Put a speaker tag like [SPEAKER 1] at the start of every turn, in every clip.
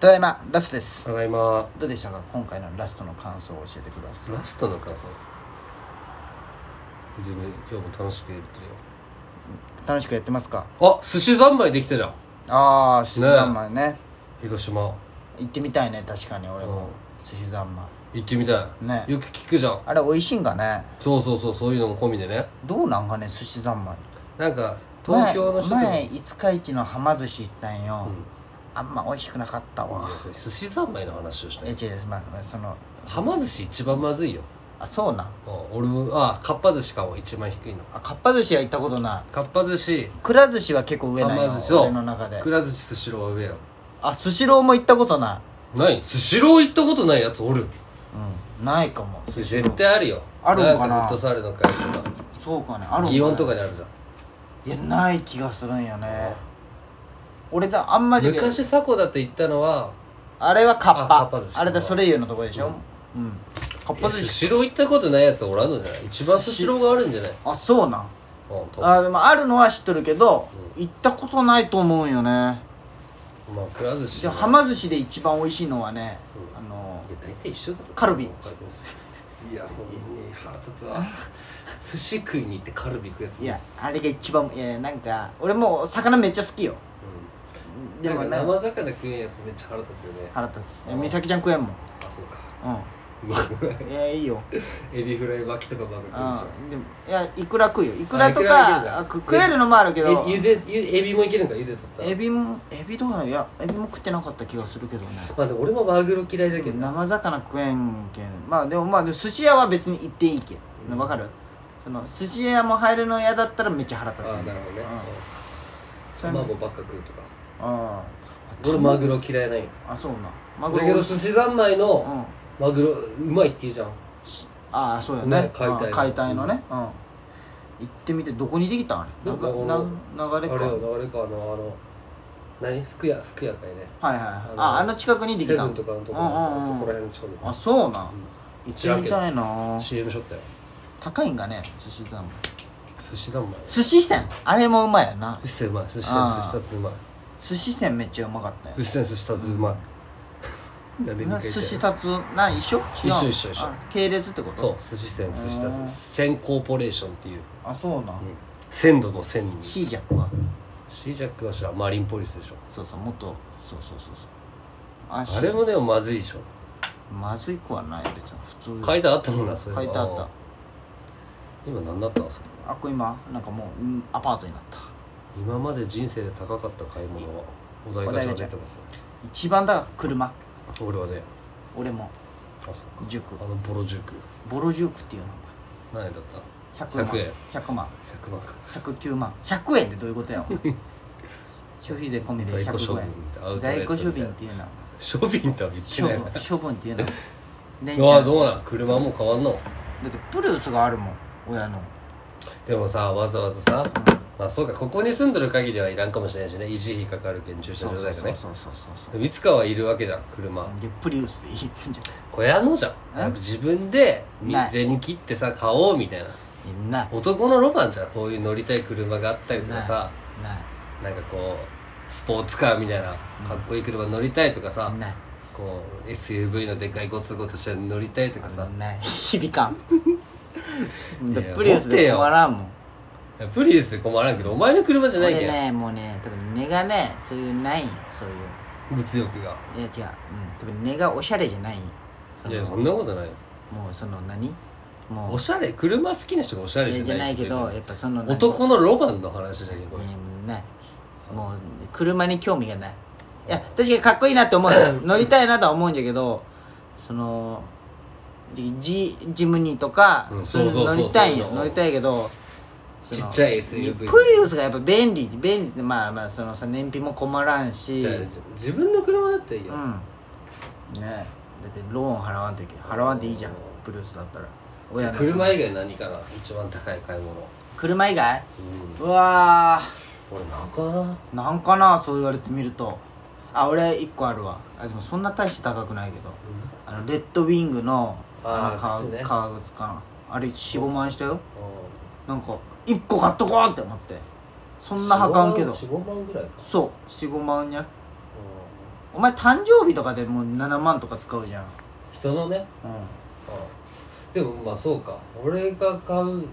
[SPEAKER 1] ただいまラストです
[SPEAKER 2] ただいま
[SPEAKER 1] どうでしたか今回のラストの感想を教えてください
[SPEAKER 2] ラストの感想全然今日も楽しくやってる
[SPEAKER 1] 楽しくやってますか
[SPEAKER 2] よあ寿司三昧できたじゃん
[SPEAKER 1] ああ寿司三昧ね
[SPEAKER 2] 広島
[SPEAKER 1] 行ってみたいね確かに俺
[SPEAKER 2] うん
[SPEAKER 1] も寿司三昧
[SPEAKER 2] 行ってみたい、
[SPEAKER 1] ね
[SPEAKER 2] よく聞くじゃん
[SPEAKER 1] あれ美味しいんかね
[SPEAKER 2] そうそうそうそういうのも込みでね
[SPEAKER 1] どうなんかね寿司三昧
[SPEAKER 2] なんか東京の人と
[SPEAKER 1] 前前五日市のはま寿司行ったんよ、
[SPEAKER 2] うん
[SPEAKER 1] あんま美味しくなかったわ
[SPEAKER 2] いや寿司三昧の話をしな
[SPEAKER 1] え
[SPEAKER 2] い
[SPEAKER 1] 違うまあその
[SPEAKER 2] はま寿司一番まずいよ
[SPEAKER 1] あそうなん
[SPEAKER 2] うん俺もあかっぱ寿司かも一番低いの
[SPEAKER 1] あかっぱ寿司は行ったことな
[SPEAKER 2] かっぱ寿司
[SPEAKER 1] いくら寿司は結構上
[SPEAKER 2] は
[SPEAKER 1] なんよ
[SPEAKER 2] ま寿司
[SPEAKER 1] 俺の中で
[SPEAKER 2] くら寿司スシローは上よ
[SPEAKER 1] あスシローも行ったことな
[SPEAKER 2] ないスシロー行ったことないやつおる
[SPEAKER 1] いうんないかも
[SPEAKER 2] それ絶対あるよ
[SPEAKER 1] あるのかなん
[SPEAKER 2] フットサルの会とか
[SPEAKER 1] そうかねある
[SPEAKER 2] 祇園と
[SPEAKER 1] か
[SPEAKER 2] かにあるじゃん
[SPEAKER 1] いやない気がするんよね俺だあんまり
[SPEAKER 2] 昔迫田と行ったのは
[SPEAKER 1] あれはカッ
[SPEAKER 2] あかっぱ
[SPEAKER 1] パ
[SPEAKER 2] 寿司
[SPEAKER 1] あれだそれゆうのとこでしょうんかっ
[SPEAKER 2] いや
[SPEAKER 1] ぱ
[SPEAKER 2] ス
[SPEAKER 1] 寿司
[SPEAKER 2] シロー行ったことないやつおらんのじゃない一番スシローがあるんじゃない
[SPEAKER 1] あそうなん
[SPEAKER 2] うんとま
[SPEAKER 1] あでもあるのは知っとるけど行ったことないと思うんよね
[SPEAKER 2] あくら寿司
[SPEAKER 1] で
[SPEAKER 2] ね
[SPEAKER 1] はま寿司で一番美味しいのはねあの
[SPEAKER 2] いや大体一緒だろ
[SPEAKER 1] カルビ
[SPEAKER 2] いやもう腹立つわ寿司食いに行ってカルビ食うやつ
[SPEAKER 1] いやあれが一番いやなんか俺もう魚めっちゃ好きよ
[SPEAKER 2] うん
[SPEAKER 1] でも
[SPEAKER 2] なん
[SPEAKER 1] ね
[SPEAKER 2] か生魚食うやつめっちゃ腹立つよね
[SPEAKER 1] 腹立ついや美咲ちゃん食えんもん
[SPEAKER 2] あそうか
[SPEAKER 1] うんいやいいよ
[SPEAKER 2] エビフライ巻きとかバカ食う
[SPEAKER 1] うんでもいやいくら食うよいくらと
[SPEAKER 2] あいくら
[SPEAKER 1] か
[SPEAKER 2] い
[SPEAKER 1] あく
[SPEAKER 2] けるんだ
[SPEAKER 1] 食えるのもあるけ
[SPEAKER 2] じゃん
[SPEAKER 1] ど
[SPEAKER 2] えゆでゆエビもいけるんかゆでとったら
[SPEAKER 1] エビもエビどうなのいやエビも食ってなかった気がするけどね
[SPEAKER 2] まあでも俺もマグロ嫌いじゃけどな
[SPEAKER 1] 生魚食えんけんまあでもまあでも寿司屋は別に行っていいけ
[SPEAKER 2] うん
[SPEAKER 1] んわかるその寿司屋も入るの嫌だったらめっちゃ腹立つ
[SPEAKER 2] ああなるほどね
[SPEAKER 1] うん
[SPEAKER 2] 卵ばっか食うとか
[SPEAKER 1] あ
[SPEAKER 2] 俺マグロ嫌いないよ
[SPEAKER 1] あそうなんマ
[SPEAKER 2] だ
[SPEAKER 1] グロ
[SPEAKER 2] けど寿司三昧
[SPEAKER 1] う
[SPEAKER 2] の
[SPEAKER 1] ん
[SPEAKER 2] マグロうまいって言うじゃん
[SPEAKER 1] ああそうや
[SPEAKER 2] ね
[SPEAKER 1] ね
[SPEAKER 2] 解体の
[SPEAKER 1] うん解体のねうん行ってみてどこにできたんあれ
[SPEAKER 2] ど
[SPEAKER 1] な
[SPEAKER 2] こ
[SPEAKER 1] な
[SPEAKER 2] あ
[SPEAKER 1] 流れ
[SPEAKER 2] れ
[SPEAKER 1] か
[SPEAKER 2] か
[SPEAKER 1] はい
[SPEAKER 2] あれかあのあの何福屋福屋かいね
[SPEAKER 1] はいはいああの近くにで
[SPEAKER 2] セ
[SPEAKER 1] きた
[SPEAKER 2] ブ
[SPEAKER 1] ん
[SPEAKER 2] ンとかのとこ
[SPEAKER 1] うんうんうん
[SPEAKER 2] そこら辺の近く
[SPEAKER 1] あそうなん行ってみたい
[SPEAKER 2] に
[SPEAKER 1] な
[SPEAKER 2] CM しょったよ
[SPEAKER 1] 高いんがね寿司三昧
[SPEAKER 2] 寿司三昧
[SPEAKER 1] 寿司船あれもうまいやな
[SPEAKER 2] 寿司うまい寿司
[SPEAKER 1] あ
[SPEAKER 2] 店
[SPEAKER 1] ー
[SPEAKER 2] 寿司たつうまい
[SPEAKER 1] 寿司船めっちゃうまかったよ
[SPEAKER 2] 寿司店寿司たつうま いなんで二
[SPEAKER 1] な
[SPEAKER 2] 回言っ
[SPEAKER 1] 寿司
[SPEAKER 2] た
[SPEAKER 1] たつな一緒違う
[SPEAKER 2] 一緒一緒一緒
[SPEAKER 1] あ系列ってこと
[SPEAKER 2] そう寿司店寿司たつ鮮コーポレーションっていう
[SPEAKER 1] あそうなん
[SPEAKER 2] 鮮度の鮮に
[SPEAKER 1] シージャックは
[SPEAKER 2] シージャックは知らんマリンポリスでしょ
[SPEAKER 1] そうそう元そうそうそうそうあ
[SPEAKER 2] あれもでもまずいでしょ
[SPEAKER 1] まずいくはない別に普通
[SPEAKER 2] 書いてあったもんなそれ
[SPEAKER 1] 書いてあった
[SPEAKER 2] 今何だったんすか
[SPEAKER 1] あこれ今なんかもううんアパートになった
[SPEAKER 2] 今まで人生で高かった買い物はお題ガチャ出てます
[SPEAKER 1] 一番だから車
[SPEAKER 2] よ俺はね
[SPEAKER 1] 俺も
[SPEAKER 2] あそっか
[SPEAKER 1] 塾
[SPEAKER 2] あのボロ塾
[SPEAKER 1] ボロジュークっていうの
[SPEAKER 2] 何円だった
[SPEAKER 1] 100万
[SPEAKER 2] 100円
[SPEAKER 1] 100万
[SPEAKER 2] 100万か
[SPEAKER 1] 109万100円ってどういうことやお 前消費税込みで
[SPEAKER 2] 在庫処
[SPEAKER 1] 105
[SPEAKER 2] 分ってアウ
[SPEAKER 1] 円
[SPEAKER 2] トレ
[SPEAKER 1] 在
[SPEAKER 2] ット
[SPEAKER 1] 庫
[SPEAKER 2] みたい
[SPEAKER 1] 処分っていう
[SPEAKER 2] な
[SPEAKER 1] のは
[SPEAKER 2] ショビンとは言って
[SPEAKER 1] 処
[SPEAKER 2] ない
[SPEAKER 1] 分 処分 っていうのはレン
[SPEAKER 2] う
[SPEAKER 1] ちゃ
[SPEAKER 2] わ
[SPEAKER 1] ん
[SPEAKER 2] どうなん車も変わんの
[SPEAKER 1] だってプリウスがあるもん親の
[SPEAKER 2] でもさわざわざさまあそうかここに住んでる限りはいらんかもしれないしね維持費かかるけん駐車
[SPEAKER 1] そう
[SPEAKER 2] 場
[SPEAKER 1] そう
[SPEAKER 2] 代が
[SPEAKER 1] そう
[SPEAKER 2] ね
[SPEAKER 1] そうそうそう
[SPEAKER 2] でもいつかはいるわけじゃん車
[SPEAKER 1] でプリウスでいいんじゃ
[SPEAKER 2] 親のじゃん
[SPEAKER 1] え
[SPEAKER 2] やっぱ自分でみ
[SPEAKER 1] ない
[SPEAKER 2] 銭切ってさ買おうみたいな
[SPEAKER 1] ないない
[SPEAKER 2] 男のロマンじゃんこういう乗りたい車があったりとかさ
[SPEAKER 1] ない
[SPEAKER 2] なんかこうスポーツカーみたいなかっこいい車乗りたいとかさ、
[SPEAKER 1] ない
[SPEAKER 2] こう SUV のでかいゴツゴツしたの乗りたいとかさ
[SPEAKER 1] ない響かんで
[SPEAKER 2] いや
[SPEAKER 1] プリウスで困らんもん
[SPEAKER 2] プリウスで困らんけどお前の車じゃないけ
[SPEAKER 1] 俺
[SPEAKER 2] ん、
[SPEAKER 1] ねもうね多分根がねそういうないんよそういう
[SPEAKER 2] 物欲が
[SPEAKER 1] いや違う、うん、多分根がおしゃれじゃないんよそ
[SPEAKER 2] い
[SPEAKER 1] の
[SPEAKER 2] やそんなことないよ
[SPEAKER 1] もうその何もう
[SPEAKER 2] おしゃれ車好きな人がおしゃれ
[SPEAKER 1] い
[SPEAKER 2] じ
[SPEAKER 1] や
[SPEAKER 2] ゃない
[SPEAKER 1] じゃないけどやっぱその
[SPEAKER 2] 男のロマンの話じゃんけこ
[SPEAKER 1] い
[SPEAKER 2] れ
[SPEAKER 1] やないもう車に興味がないいや確かにかっこいいなって 思うよ乗りたいなとは思うんだけどそのジジジムニーとか、
[SPEAKER 2] うん
[SPEAKER 1] そういう
[SPEAKER 2] そうそう
[SPEAKER 1] の乗
[SPEAKER 2] そう
[SPEAKER 1] りたいんよ
[SPEAKER 2] そういうの
[SPEAKER 1] 乗りたいけどそ
[SPEAKER 2] ち
[SPEAKER 1] の
[SPEAKER 2] っちゃい SUV
[SPEAKER 1] プリウスがやっぱ便利便利まあまあそのさ燃費も困らんし
[SPEAKER 2] じ
[SPEAKER 1] う
[SPEAKER 2] ゃあ
[SPEAKER 1] んね
[SPEAKER 2] 自分の車だったらいいよ、
[SPEAKER 1] だってローン払わんといけ払わんでいいじゃん
[SPEAKER 2] うん
[SPEAKER 1] プリウスだったら
[SPEAKER 2] じゃあ
[SPEAKER 1] の
[SPEAKER 2] 車以外何かな一番高い買い物
[SPEAKER 1] 車以外
[SPEAKER 2] うん
[SPEAKER 1] うわー
[SPEAKER 2] 俺なんかな
[SPEAKER 1] なんかなそう言われてみるとあ俺1個あるわあでもそんな大して高くないけどあのレッドウィングの
[SPEAKER 2] あー
[SPEAKER 1] あの革
[SPEAKER 2] 靴ね
[SPEAKER 1] 革靴かなあれ45万円したよなんか1個買っとこうって思ってそんなはかんけど
[SPEAKER 2] 45万ぐらいか
[SPEAKER 1] そう45万円じゃない
[SPEAKER 2] うん
[SPEAKER 1] お前誕生日とかでもう7万とか使うじゃん
[SPEAKER 2] 人のね
[SPEAKER 1] う
[SPEAKER 2] うんでもまあそうか俺が買う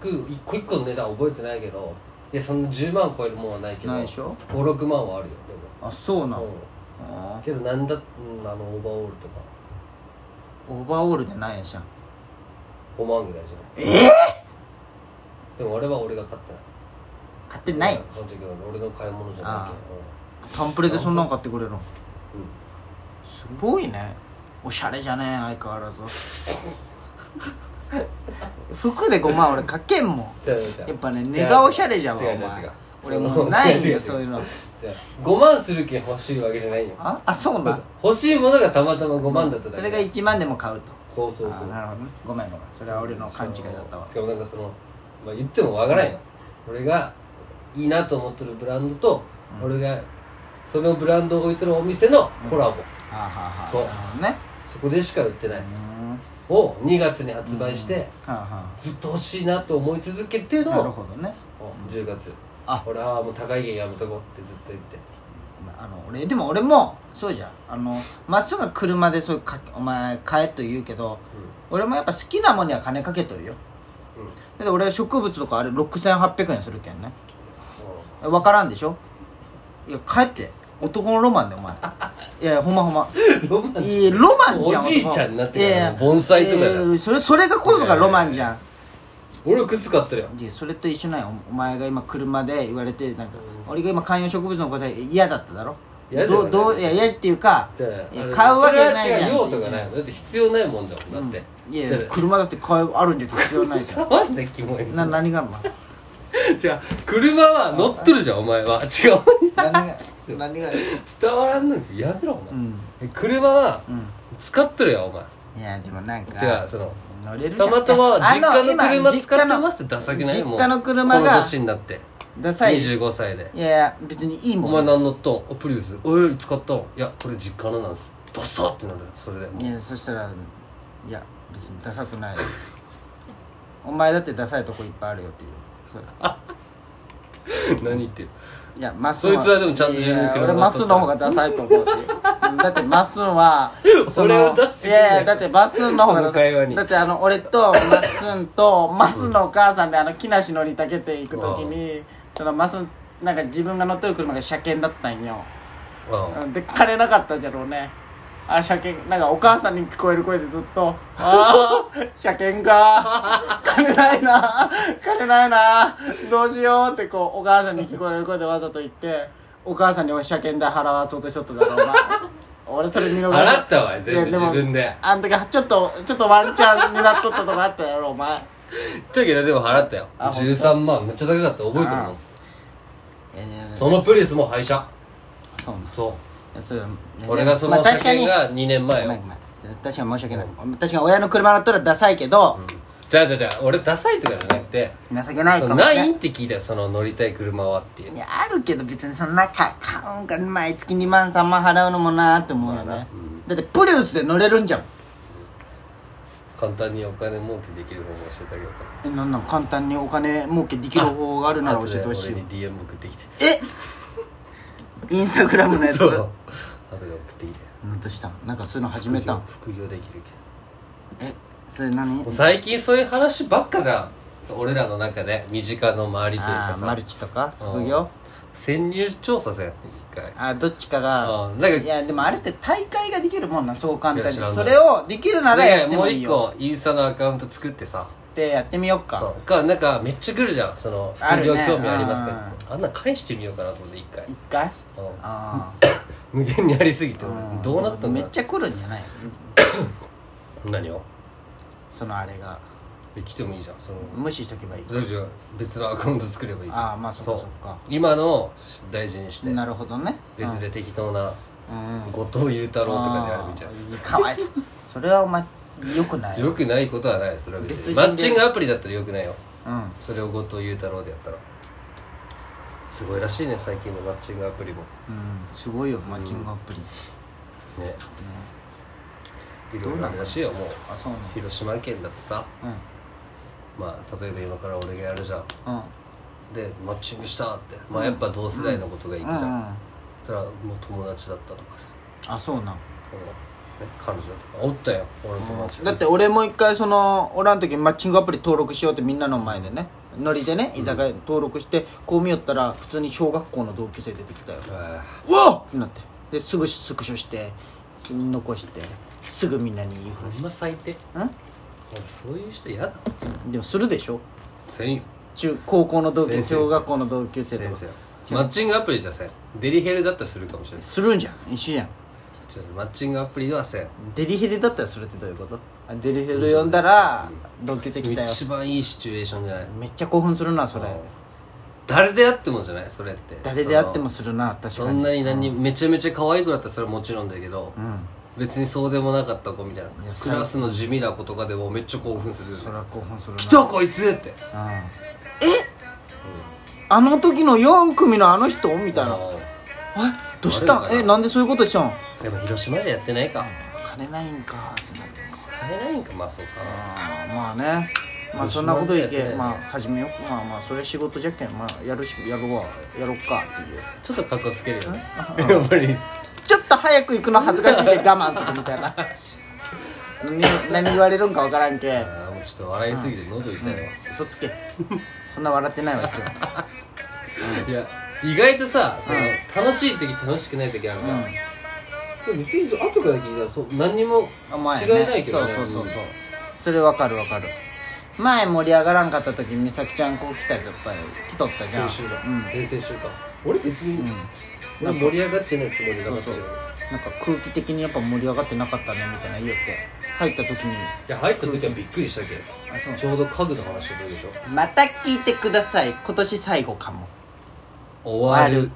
[SPEAKER 2] 服一個一個の値段覚えてないけどいやそんな10万超えるもんはないけど
[SPEAKER 1] ないでしょ
[SPEAKER 2] 56万はあるよ
[SPEAKER 1] んあそう
[SPEAKER 2] で
[SPEAKER 1] なの、
[SPEAKER 2] もう
[SPEAKER 1] あ
[SPEAKER 2] んけどなんだうんあのオーバーオールとか
[SPEAKER 1] ーオーバーオールでないやじゃん
[SPEAKER 2] 5万ぐらいじゃないえでも俺は俺が買ってない
[SPEAKER 1] 買ってない
[SPEAKER 2] うん本当に俺の買い物じゃない
[SPEAKER 1] タンプレでそんなん買ってくれるの
[SPEAKER 2] けどうん
[SPEAKER 1] すごいねおしゃれじゃねえ相変わらず服で5万俺かけんもん
[SPEAKER 2] じゃあじゃあ
[SPEAKER 1] やっぱね値がおしゃれじゃんお
[SPEAKER 2] 違う違
[SPEAKER 1] 前
[SPEAKER 2] う違う
[SPEAKER 1] 俺もうない
[SPEAKER 2] 違う違う違
[SPEAKER 1] よ
[SPEAKER 2] う
[SPEAKER 1] そういうの
[SPEAKER 2] じゃあ5万するけん欲しいわけじゃないよ
[SPEAKER 1] ああそうなん
[SPEAKER 2] 欲しいものがたまたま5万だっただけ
[SPEAKER 1] それが1万でも買うと
[SPEAKER 2] そうそうそ
[SPEAKER 1] あ
[SPEAKER 2] う
[SPEAKER 1] なるほどねごめんごめんそれは俺の勘違いだったわ
[SPEAKER 2] しかもなんかその、まあ、言ってもわからんよ、俺がいいなと思ってるブランドと、俺がそのブランドを置いてるお店のコラボ、
[SPEAKER 1] はあはあはあ
[SPEAKER 2] そう
[SPEAKER 1] なるほどね
[SPEAKER 2] そこでしか売ってないう
[SPEAKER 1] ーんは
[SPEAKER 2] を2月に発売して、
[SPEAKER 1] あは
[SPEAKER 2] ずっと欲しいなと思い続けて
[SPEAKER 1] あなる
[SPEAKER 2] の
[SPEAKER 1] ほどね
[SPEAKER 2] 10月
[SPEAKER 1] あ
[SPEAKER 2] 俺はもう高いゲやめとこうってずっと言って
[SPEAKER 1] あの俺でも俺もそうじゃんあのまっすぐ車でそういうかお前買えと言うけど俺もやっぱ好きなもんには金かけとるよ
[SPEAKER 2] うんうん
[SPEAKER 1] だって俺植物とかあれ6800円するけんね分からんでしょいや帰って男のロマンでお前いやいやほんまほんま
[SPEAKER 2] ロマン
[SPEAKER 1] いやロマンじゃん
[SPEAKER 2] おじい
[SPEAKER 1] 男
[SPEAKER 2] ちゃんになってから
[SPEAKER 1] いやいや
[SPEAKER 2] 盆栽とかだ
[SPEAKER 1] いやいやそれそれがこそがロマンじゃん
[SPEAKER 2] 俺は靴買ってるよ
[SPEAKER 1] でそれと一緒なんよおお前が今車で言われてなんか、俺が今観葉植物のこと嫌だっただろ
[SPEAKER 2] 嫌だよ
[SPEAKER 1] ど
[SPEAKER 2] ね
[SPEAKER 1] うどういや嫌っていうか
[SPEAKER 2] じゃ
[SPEAKER 1] いや
[SPEAKER 2] あ
[SPEAKER 1] 買うわけないじゃん
[SPEAKER 2] それは違う用途がないもんだって必要ないもんだもんだって、
[SPEAKER 1] うんいやい
[SPEAKER 2] じゃ
[SPEAKER 1] や車だって買うあるんじゃ必要ないじゃ
[SPEAKER 2] あなんだキモい
[SPEAKER 1] んな何がある の
[SPEAKER 2] じゃあ車は乗っとるじゃんお前は違う
[SPEAKER 1] 何が何が
[SPEAKER 2] 伝わらんのにやめろお前、
[SPEAKER 1] うん
[SPEAKER 2] え車は
[SPEAKER 1] うん
[SPEAKER 2] 使っとるやんお前
[SPEAKER 1] いやでもなんか
[SPEAKER 2] 違うその
[SPEAKER 1] 乗れるじゃ
[SPEAKER 2] た
[SPEAKER 1] ん
[SPEAKER 2] またま実
[SPEAKER 1] あ
[SPEAKER 2] 家の
[SPEAKER 1] 今
[SPEAKER 2] 車使ってますって
[SPEAKER 1] 実
[SPEAKER 2] ダ
[SPEAKER 1] 家
[SPEAKER 2] サ
[SPEAKER 1] の
[SPEAKER 2] くないもう
[SPEAKER 1] 実家の車
[SPEAKER 2] この
[SPEAKER 1] が
[SPEAKER 2] 年になって
[SPEAKER 1] ダサいい
[SPEAKER 2] 25歳で
[SPEAKER 1] やいや別にいい
[SPEAKER 2] お
[SPEAKER 1] も
[SPEAKER 2] 前
[SPEAKER 1] ん
[SPEAKER 2] 何乗っとんあプリウスおい使ったんいやこれ実家のなんすダサってなるよそれで
[SPEAKER 1] いやそしたらいや別にダサくないお前だってダサいとこいっぱいあるよっていうそれ
[SPEAKER 2] 何言ってる
[SPEAKER 1] いやマッスン
[SPEAKER 2] そいつはでもちゃんと自分の
[SPEAKER 1] いやいや
[SPEAKER 2] 車
[SPEAKER 1] 俺マッスンの方がダサいと思うっていうだってマッスン はその
[SPEAKER 2] 俺を出してく
[SPEAKER 1] い
[SPEAKER 2] れ
[SPEAKER 1] やいやだってマッスンの方がダ
[SPEAKER 2] その
[SPEAKER 1] サい
[SPEAKER 2] 会話に
[SPEAKER 1] だってあの俺とマッスンとマッスンのお母さんであの木梨のりたけて行く時にそのマッスンなんか自分が乗ってる車が車検だったんよ
[SPEAKER 2] うん
[SPEAKER 1] で金なかったじゃろうねあ車検なんかお母さんに聞こえる声でずっと 「ああ車検か金ないな金ないなどうしよう」ってこうお母さんに聞こえる声でわざと言ってお母さんにお車検代払わそうとしとっただろ うな俺それ見逃し
[SPEAKER 2] 払ったわ全部
[SPEAKER 1] いやも
[SPEAKER 2] 自分で
[SPEAKER 1] あん時ちょっとちょっとワンチャンになっとったとこあったやろお前
[SPEAKER 2] だけどでも払ったよ
[SPEAKER 1] あ本
[SPEAKER 2] 13万めっちゃ高かった覚えてる
[SPEAKER 1] あ
[SPEAKER 2] のそのプリウスも廃車
[SPEAKER 1] そうな
[SPEAKER 2] そう
[SPEAKER 1] そう
[SPEAKER 2] 俺がその車検が2年前
[SPEAKER 1] ご
[SPEAKER 2] よ、
[SPEAKER 1] めんごめん確かに申し訳ない、確かに親の車乗ったらダサいけど、
[SPEAKER 2] じゃあじゃあじゃあ俺ダサいとかじゃなくて
[SPEAKER 1] 情けない
[SPEAKER 2] そ
[SPEAKER 1] かも
[SPEAKER 2] のないんって聞いたよその乗りたい車はっていう
[SPEAKER 1] いやあるけど別にそんなか買うんか毎月2万3万払うのもなーって思うよ
[SPEAKER 2] まあ
[SPEAKER 1] ね
[SPEAKER 2] なうん
[SPEAKER 1] だってプリウスで乗れるんじゃん
[SPEAKER 2] 簡単にお金儲けできる方法教えてあげようか
[SPEAKER 1] えなんなん簡単にお金儲けできる方法があるなら教えてほしいよ
[SPEAKER 2] 後で俺に DM 送ってきて
[SPEAKER 1] えインスタグラムのやつ
[SPEAKER 2] そう後で送ってきて
[SPEAKER 1] なんとしたのなんかそういうの始めたん
[SPEAKER 2] 副業副業できるけ
[SPEAKER 1] えそれ何
[SPEAKER 2] どもう最近そういう話ばっかじゃんそう俺らの中で身近の周りという
[SPEAKER 1] あ
[SPEAKER 2] か
[SPEAKER 1] ー
[SPEAKER 2] さ
[SPEAKER 1] マルチとか
[SPEAKER 2] うん
[SPEAKER 1] 副業
[SPEAKER 2] 潜入調査せん一回
[SPEAKER 1] あーどっちかが
[SPEAKER 2] うんなんか
[SPEAKER 1] いやでもあれって大会ができるもんなんそう簡単に
[SPEAKER 2] いや知らん
[SPEAKER 1] それをできるならやっ
[SPEAKER 2] で
[SPEAKER 1] て
[SPEAKER 2] も
[SPEAKER 1] も
[SPEAKER 2] う
[SPEAKER 1] いい
[SPEAKER 2] 一
[SPEAKER 1] よ
[SPEAKER 2] 個インスタのアカウント作ってさ
[SPEAKER 1] でやってみよっか
[SPEAKER 2] そうかなんかめっちゃ来るじゃんその
[SPEAKER 1] あ
[SPEAKER 2] 副
[SPEAKER 1] る
[SPEAKER 2] 業
[SPEAKER 1] ね
[SPEAKER 2] 興味ありますかあんなん返してみようかなと思って一回、
[SPEAKER 1] 一回
[SPEAKER 2] うん
[SPEAKER 1] ああ
[SPEAKER 2] 無限にありすぎて
[SPEAKER 1] うん
[SPEAKER 2] どうなったん
[SPEAKER 1] め
[SPEAKER 2] だ
[SPEAKER 1] っちゃ来るんじゃない
[SPEAKER 2] 何を
[SPEAKER 1] そのあれが
[SPEAKER 2] え来てもいいじゃんその
[SPEAKER 1] 無視しとけばいい
[SPEAKER 2] じゃあじゃあ別のアカウント作ればいい
[SPEAKER 1] ああまあそっかそっか
[SPEAKER 2] 今の大事にして
[SPEAKER 1] なるほどね
[SPEAKER 2] 別で適当な
[SPEAKER 1] うん
[SPEAKER 2] 後藤裕太郎とかでやるみたい
[SPEAKER 1] あーかわいそうそれはお前よくない
[SPEAKER 2] なよくないことはないそれは別
[SPEAKER 1] 別
[SPEAKER 2] に
[SPEAKER 1] 人
[SPEAKER 2] マ
[SPEAKER 1] で
[SPEAKER 2] ッチングアプリだったらよくないよ
[SPEAKER 1] うん
[SPEAKER 2] それを後藤裕太郎でやったらすごいらしいね最近のマッチングアプリも
[SPEAKER 1] うんすごいよマッチングアプリ
[SPEAKER 2] ねいろいろあるらしいよもう
[SPEAKER 1] あそうなの
[SPEAKER 2] 広島県だってさまあ例えば今から俺がやるじゃん
[SPEAKER 1] うんうん
[SPEAKER 2] でマッチングしたってまあやっぱ同世代のことがいくじゃん、
[SPEAKER 1] うん
[SPEAKER 2] たらもう友達だったとかさ
[SPEAKER 1] あそうなん
[SPEAKER 2] このね彼女とかおったよ俺の友達
[SPEAKER 1] だって俺も一回そのおらん時マッチングアプリ登録しようってみんなの前でねノリでね居酒屋登録してこう見よったら普通に小学校の同級生出てきたよ
[SPEAKER 2] あ
[SPEAKER 1] うわっってなってですぐスクショして残してすぐみんなに言う
[SPEAKER 2] あほんま最低
[SPEAKER 1] ん
[SPEAKER 2] 俺そういう人嫌だ
[SPEAKER 1] でもするでしょ
[SPEAKER 2] せんよ
[SPEAKER 1] 中高校の同級
[SPEAKER 2] 先生
[SPEAKER 1] 生小学校の同級生と
[SPEAKER 2] 先
[SPEAKER 1] か
[SPEAKER 2] 生マッチングアプリじゃせんデリヘルだったらするかもしれない
[SPEAKER 1] するんじゃん一緒じゃん
[SPEAKER 2] ちょマッチングアプリはせん
[SPEAKER 1] デリヘルだったらするってどういうことあデリヘル呼んだら同級生来たよ
[SPEAKER 2] 一番いいシチュエーションじゃない
[SPEAKER 1] めっちゃ興奮するなそれ
[SPEAKER 2] 誰であってもじゃないそれって
[SPEAKER 1] 誰であってもするな確
[SPEAKER 2] その
[SPEAKER 1] か
[SPEAKER 2] そ
[SPEAKER 1] に
[SPEAKER 2] んなに何にめちゃめちゃ可愛くなったらそれはもちろんだけど、
[SPEAKER 1] うん
[SPEAKER 2] 別にそうでもなかった子みたいない
[SPEAKER 1] や
[SPEAKER 2] クラスの地味な子とかでもめっちゃ興奮す
[SPEAKER 1] そ
[SPEAKER 2] る
[SPEAKER 1] りゃ興奮するな
[SPEAKER 2] 来たこいつ
[SPEAKER 1] うん
[SPEAKER 2] って
[SPEAKER 1] えあの時の4組のあの人みたいなえどうした
[SPEAKER 2] あれ
[SPEAKER 1] えなんでそういうことしたん
[SPEAKER 2] でも広島じゃやってないか
[SPEAKER 1] 金ないんか
[SPEAKER 2] 買えないんかまあそうかな
[SPEAKER 1] あーまあねまあ
[SPEAKER 2] 広島
[SPEAKER 1] そんなこと言っ
[SPEAKER 2] でやって
[SPEAKER 1] て
[SPEAKER 2] ね
[SPEAKER 1] まあ始めようまあまあそれ仕事じゃっけんまあやるしやろうわやろっかっていう
[SPEAKER 2] ちょっと格好つけるよねやっぱり
[SPEAKER 1] ちょっと早く行くの恥ずかしいんで我慢するみたいな 何何言われるんかわからんけ
[SPEAKER 2] あーもうちょっと笑いすぎて喉痛いわ、
[SPEAKER 1] 嘘つけそんな笑ってないわ今日
[SPEAKER 2] いや意外とさ、その楽しい時楽しくない時あるから、でも別に後から聞いたらそう何にも
[SPEAKER 1] あ前
[SPEAKER 2] 違いないけど、ね、
[SPEAKER 1] そうそうそうそうそれわかるわかる前盛り上がらんかった時美咲ちゃんこう来たやっぱり来とったじゃん
[SPEAKER 2] 先週だ、
[SPEAKER 1] うん、
[SPEAKER 2] 先々週か俺別に、俺盛り上がってないつもりだったけどい
[SPEAKER 1] なんか空気的にやっぱ盛り上がってなかったねみたいな言いよって入った時に
[SPEAKER 2] や入った時はびっくりしたけど
[SPEAKER 1] あそう
[SPEAKER 2] ちょうど家具の話してるでしょ
[SPEAKER 1] また聞いてください今年最後かも
[SPEAKER 2] 終わる